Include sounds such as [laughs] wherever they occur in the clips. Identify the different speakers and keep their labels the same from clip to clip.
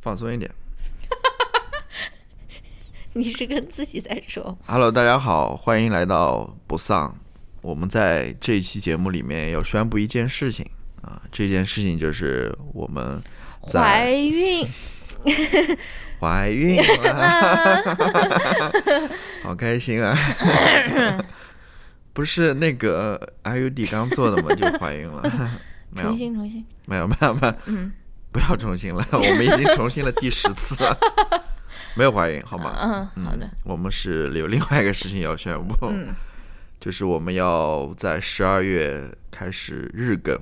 Speaker 1: 放松一点。
Speaker 2: [laughs] 你是跟自己在说？
Speaker 1: Hello，大家好，欢迎来到不丧。我们在这一期节目里面要宣布一件事情啊，这件事情就是我们
Speaker 2: 怀
Speaker 1: 在
Speaker 2: 孕
Speaker 1: 怀
Speaker 2: [laughs]
Speaker 1: 孕了，好开心
Speaker 2: [laughs]
Speaker 1: 啊！不是那个 IUD 刚做的吗？就怀孕
Speaker 2: [laughs]
Speaker 1: 了？ [laughs] 没有
Speaker 2: 重，新重新，
Speaker 1: 没有，没有，没有，
Speaker 2: 嗯
Speaker 1: 不要重
Speaker 2: [laughs]
Speaker 1: 新了，我们已经重新了第十次了，没有怀孕，好吗？
Speaker 2: 嗯，好的
Speaker 1: 嗯，，我们是有另外一个事情要宣布，
Speaker 2: 嗯 [laughs]
Speaker 1: 就是我们要在十二月开始日更，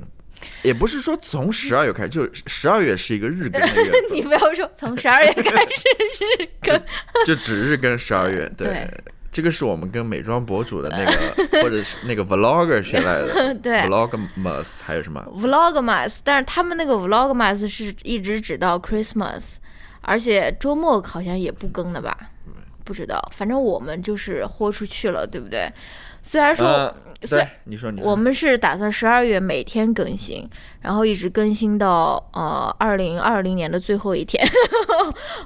Speaker 1: 也不是说从十二月开始，就是十二月是一个日更的月份，
Speaker 2: [laughs] 你不要说
Speaker 1: [laughs]
Speaker 2: 从十二月开始 [laughs] 是跟
Speaker 1: 就只日更十二月。对，
Speaker 2: 对
Speaker 1: 这个是我们跟美妆博主的那个或者是那个 vlogger 学来的
Speaker 2: [laughs] 对
Speaker 1: ，vlogmas 还有什么？
Speaker 2: Vlogmas，但是他们那个 Vlogmas 是一直指到 Christmas，而且周末好像也不更了吧？不知道，反正我们就是豁出去了，对不对？虽然说、
Speaker 1: 呃，
Speaker 2: 所以
Speaker 1: 对，你说你说
Speaker 2: 我们是打算十二月每天更新，然后一直更新到呃二零二零年的最后一天。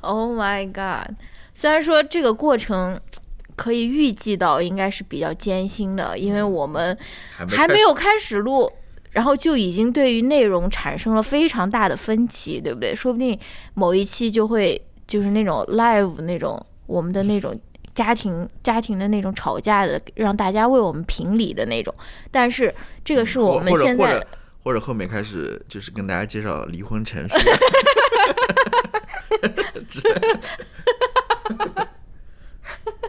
Speaker 2: oh my god！虽然说这个过程可以预计到应该是比较艰辛的，因
Speaker 1: 嗯
Speaker 2: 为我们
Speaker 1: 还没开
Speaker 2: 还没
Speaker 1: 始
Speaker 2: 有开始录，然后就已经对于内容产生了非常大的分歧，对不对？说不定某一期就会就是那种 live 那种我们的那种家庭家庭的那种吵架的，让大家为我们评理的那种。但是这个是我们
Speaker 1: 嗯或者
Speaker 2: 现
Speaker 1: 或
Speaker 2: 在
Speaker 1: 者或者后面开始就是跟大家介绍离婚程序。这 [laughs]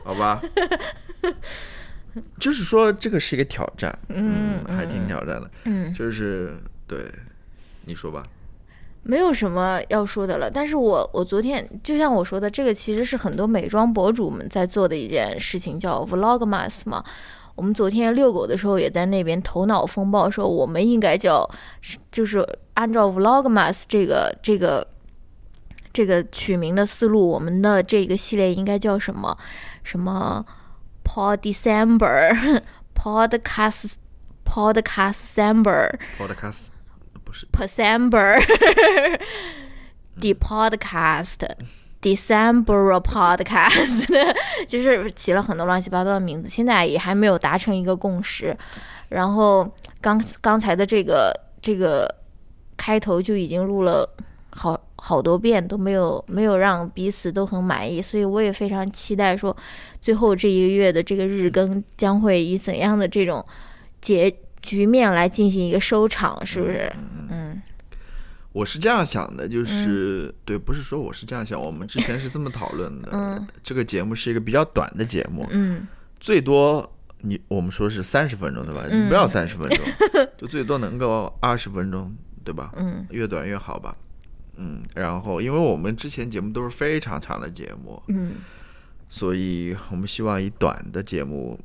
Speaker 1: 好 [laughs] 吧，就是说这个是一个挑战，嗯，还挺挑战的，
Speaker 2: 嗯
Speaker 1: 就是对，你说吧，
Speaker 2: 没有什么要说的了。但是我我昨天就像我说的，这个其实是很多美妆博主们在做的一件事情，叫 Vlogmas 嘛。我们昨天遛狗的时候也在那边头脑风暴，说我们应该叫，就是按照 Vlogmas 这个这个这个取名的思路，我们的这个系列应该叫什么什么 Pod December Podcast Podcast December
Speaker 1: podcast 不是
Speaker 2: [laughs] December the podcast December podcast，就是 [laughs] 起了很多乱七八糟的名字，现在也还没有达成一个共识。然后刚刚才的这个这个开头就已经录了好好多遍，都没有没有让彼此都很满意，所以我也非常期待说，最后这一个月的这个日更将会以怎样的这种结局面来进行一个收场，是不是？嗯
Speaker 1: 我是这样想的，就是、对，不是说我是这样想，我们之前是这么讨论 [laughs] 的。
Speaker 2: 嗯
Speaker 1: 这个节目是一个比较短的节目，
Speaker 2: 嗯
Speaker 1: 最多你我们说是三十分钟对吧？
Speaker 2: 嗯
Speaker 1: 你不要三十
Speaker 2: [laughs]
Speaker 1: 分钟，就最多能够二十分钟对吧？
Speaker 2: 嗯
Speaker 1: 越短越好吧。嗯，然后因为我们之前节目都是非常长的节目，
Speaker 2: 嗯
Speaker 1: 所以我们希望以短的节目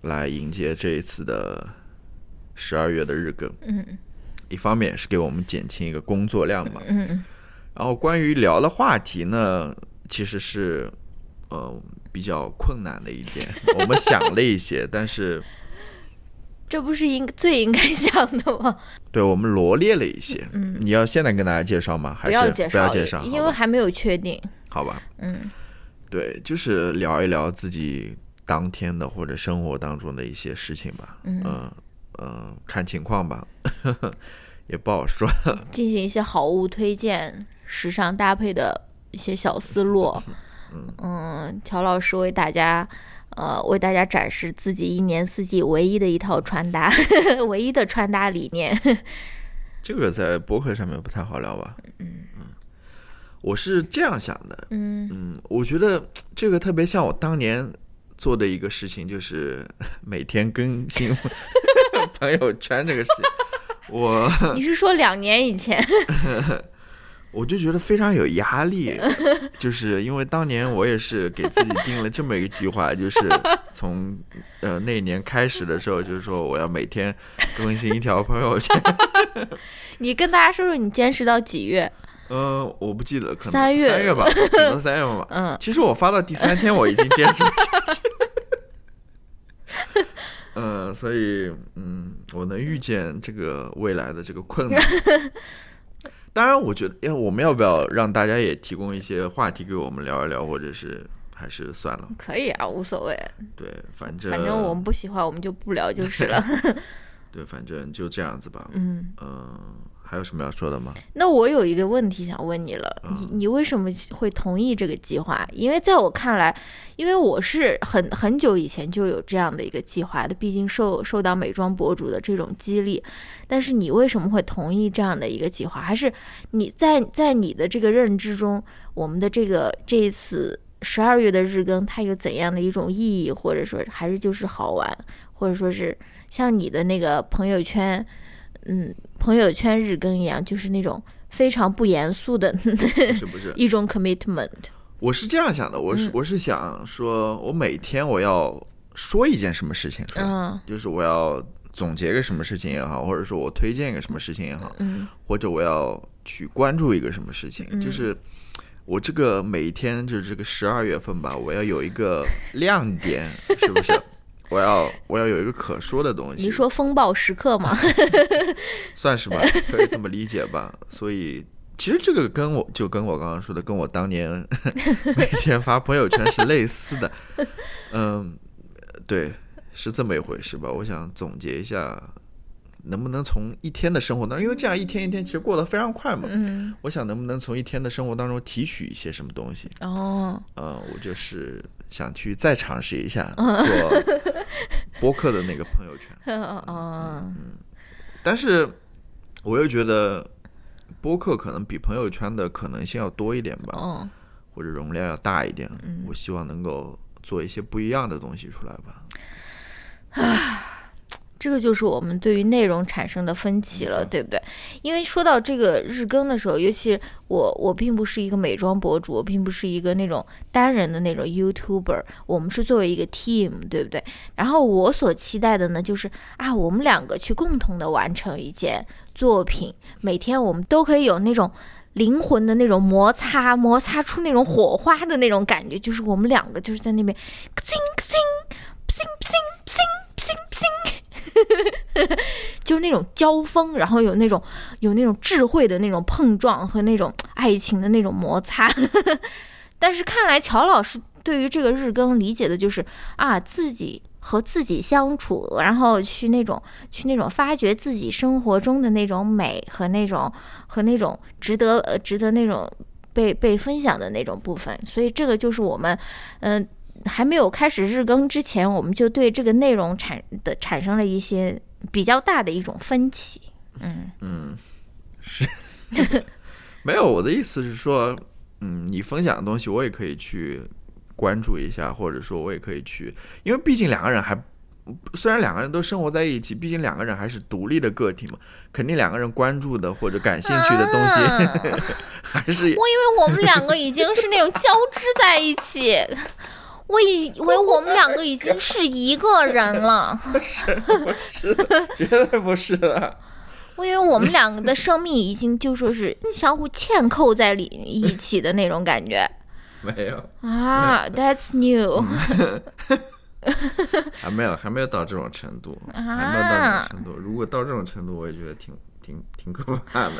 Speaker 1: 来迎接这一次的十二月的日更。
Speaker 2: 嗯
Speaker 1: 一方面也是给我们减轻一个工作量嘛，
Speaker 2: 嗯
Speaker 1: 然后关于聊的话题呢，其实是呃比较困难的一点，我们想了一些，但是
Speaker 2: 这不是应最应该想的吗？
Speaker 1: 对我们罗列了一些。嗯，你要现在跟大家介绍吗？还
Speaker 2: 不
Speaker 1: 是
Speaker 2: 要介
Speaker 1: 不要
Speaker 2: 绍，
Speaker 1: 介绍，
Speaker 2: 因
Speaker 1: 好
Speaker 2: 为
Speaker 1: 吧
Speaker 2: 还没有确定。
Speaker 1: 好吧，
Speaker 2: 嗯
Speaker 1: 对，就是聊一聊自己当天的或者生活当中的一些事情吧。嗯嗯、呃看情况吧， [laughs] 也不好说。
Speaker 2: 进行一些好物推荐、时尚搭配的一些小思路。嗯，乔老师为大家，呃，为大家展示自己一年四季唯一的一套穿搭， [laughs] 唯一的穿搭理念。 [laughs]
Speaker 1: 这个在博客上面不太好聊吧？嗯我是这样想的，
Speaker 2: 嗯
Speaker 1: [laughs] 嗯，我觉得这个特别像我当年做的一个事情，就是每天更新 [laughs] 朋友圈这个事情，我
Speaker 2: 你是说两年以前？ [laughs]
Speaker 1: 我就觉得非常有压力，就是因为当年我也是给自己定了这么一个计划，就是从呃那一年开始的时候，就是说我要每天更新一条朋友圈，
Speaker 2: 你跟大家说说你坚持到几月？
Speaker 1: 嗯、我不记得，可能
Speaker 2: 三月
Speaker 1: 三月
Speaker 2: [laughs]
Speaker 1: 吧，可能三月吧。
Speaker 2: 嗯，
Speaker 1: 其实我发到第三天，我已经坚持不下去
Speaker 2: [laughs]
Speaker 1: 了。嗯，所以嗯，我能预见这个未来的这个困难。当然，我觉得，哎，我们要不要让大家也提供一些话题给我们聊一聊，或者是还是算了？
Speaker 2: 可以啊，无所谓，
Speaker 1: 对，反正
Speaker 2: 反正我们不喜欢，我们就不聊就是了。
Speaker 1: 对，反正就这样子
Speaker 2: [laughs]
Speaker 1: 吧。
Speaker 2: 嗯，
Speaker 1: 嗯、还有什么要说的吗？
Speaker 2: 那我有一个问题想问你了，你你为什么会同意这个计划？因为在我看来，因为我是很很久以前就有这样的一个计划的，毕竟受受到美妆博主的这种激励。但是你为什么会同意这样的一个计划？还是你在在你的这个认知中，我们的这个这一次十二月的日更，它有怎样的一种意义，或者说还是就是好玩，或者说是像你的那个朋友圈，嗯，朋友圈日更一样，就是那种非常不严肃的 [laughs]
Speaker 1: 是不是？
Speaker 2: 一种 commitment。
Speaker 1: 我是这样想的，
Speaker 2: 嗯
Speaker 1: 我是、我是想说，我每天我要说一件什么事情出来，
Speaker 2: 嗯
Speaker 1: 就是我要总结个什么事情也好，或者说我推荐个什么事情也好，
Speaker 2: 嗯
Speaker 1: 或者我要去关注一个什么事情，就是我这个每一天就是这个十二月份吧，我要有一个亮点，是不
Speaker 2: [laughs]
Speaker 1: 是？我要我要有一个可说的东西，
Speaker 2: 你说风暴时刻嘛？
Speaker 1: 算是吧，可以这么理解吧。所以其实这个跟我就跟我刚刚说的，跟我当年 [laughs] 每天发朋友圈是类似的。嗯，对，是这么一回事吧。我想总结一下，能不能从一天的生活当中，因为这样一天一天其实过得非常快嘛。
Speaker 2: [laughs] 嗯，
Speaker 1: 我想能不能从一天的生活当中提取一些什么东西？
Speaker 2: 哦，
Speaker 1: 呃，我就是想去再尝试一下做播客的那个朋友圈。
Speaker 2: 哦，
Speaker 1: 但是我又觉得播客可能比朋友圈的可能性要多一点吧，
Speaker 2: 哦，
Speaker 1: 或者容量要大一点。我希望能够做一些不一样的东西出来吧。
Speaker 2: 这个就是我们对于内容产生的分歧了，对不对？因为说到这个日更的时候，尤其我我并不是一个美妆博主，我并不是一个那种单人的那种 YouTuber，我们是作为一个 team，对不对？然后我所期待的呢，就是啊，我们两个去共同的完成一件作品，每天我们都可以有那种。灵魂的那种摩擦，摩擦出那种火花的那种感觉，就是我们两个就是在那边，咯吱咯吱就是那种交锋，然后有那种有那种智慧的那种碰撞和那种爱情的那种摩擦。 [laughs] 但是看来乔老师对于这个日更理解的就是啊，自己和自己相处，然后去那种去那种发掘自己生活中的那种美和那种和那种值得呃值得那种被被分享的那种部分。所以这个就是我们嗯。还没有开始日更之前，我们就对这个内容产的产生了一些比较大的一种分歧。
Speaker 1: 没有，我的意思是说，嗯，你分享的东西我也可以去关注一下，或者说我也可以去，因为毕竟两个人还。虽然两个人都生活在一起，毕竟两个人还是独立的个体嘛，肯定两个人关注的或者感兴趣的东西、
Speaker 2: 嗯
Speaker 1: [laughs] 还是
Speaker 2: 我以为我们两个已经是那种交织在一 [laughs] 起，我以为我们两个已经是一个人了，
Speaker 1: 绝对不是了。
Speaker 2: 我以为我们两个的生命已经就说是相互嵌扣在里一起的那种感觉
Speaker 1: 没有，
Speaker 2: 啊！That's new，
Speaker 1: 还没有，还没有到这种程度，还没有到这种
Speaker 2: 啊
Speaker 1: 程度。如果到这种程度，我也觉得挺挺挺可怕的。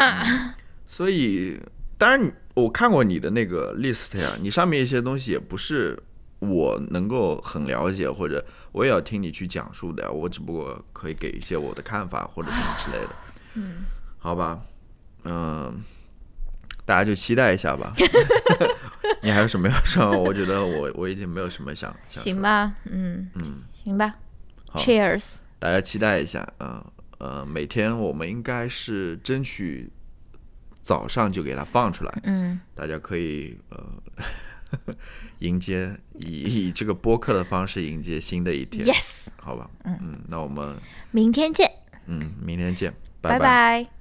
Speaker 1: 嗯所以，当然你，我看过你的那个 list 呀，你上面一些东西也不是我能够很了解，或者我也要听你去讲述的呀。我只不过可以给一些我的看法或者什么之类的。嗯，好吧，嗯、大家就期待一下吧。 [laughs] 你还有什么要说吗？我觉得我我已经没有什么想想说
Speaker 2: 行吧，嗯
Speaker 1: 嗯，
Speaker 2: 行吧
Speaker 1: 好
Speaker 2: ，Cheers，
Speaker 1: 大家期待一下啊、呃，呃，每天我们应该是争取早上就给它放出来，
Speaker 2: 嗯，
Speaker 1: 大家可以呃 [laughs] 迎接以以这个播客的方式迎接新的一天嗯
Speaker 2: Yes，
Speaker 1: 好吧，嗯那我们
Speaker 2: 明天见，
Speaker 1: 嗯明天见，拜
Speaker 2: 拜。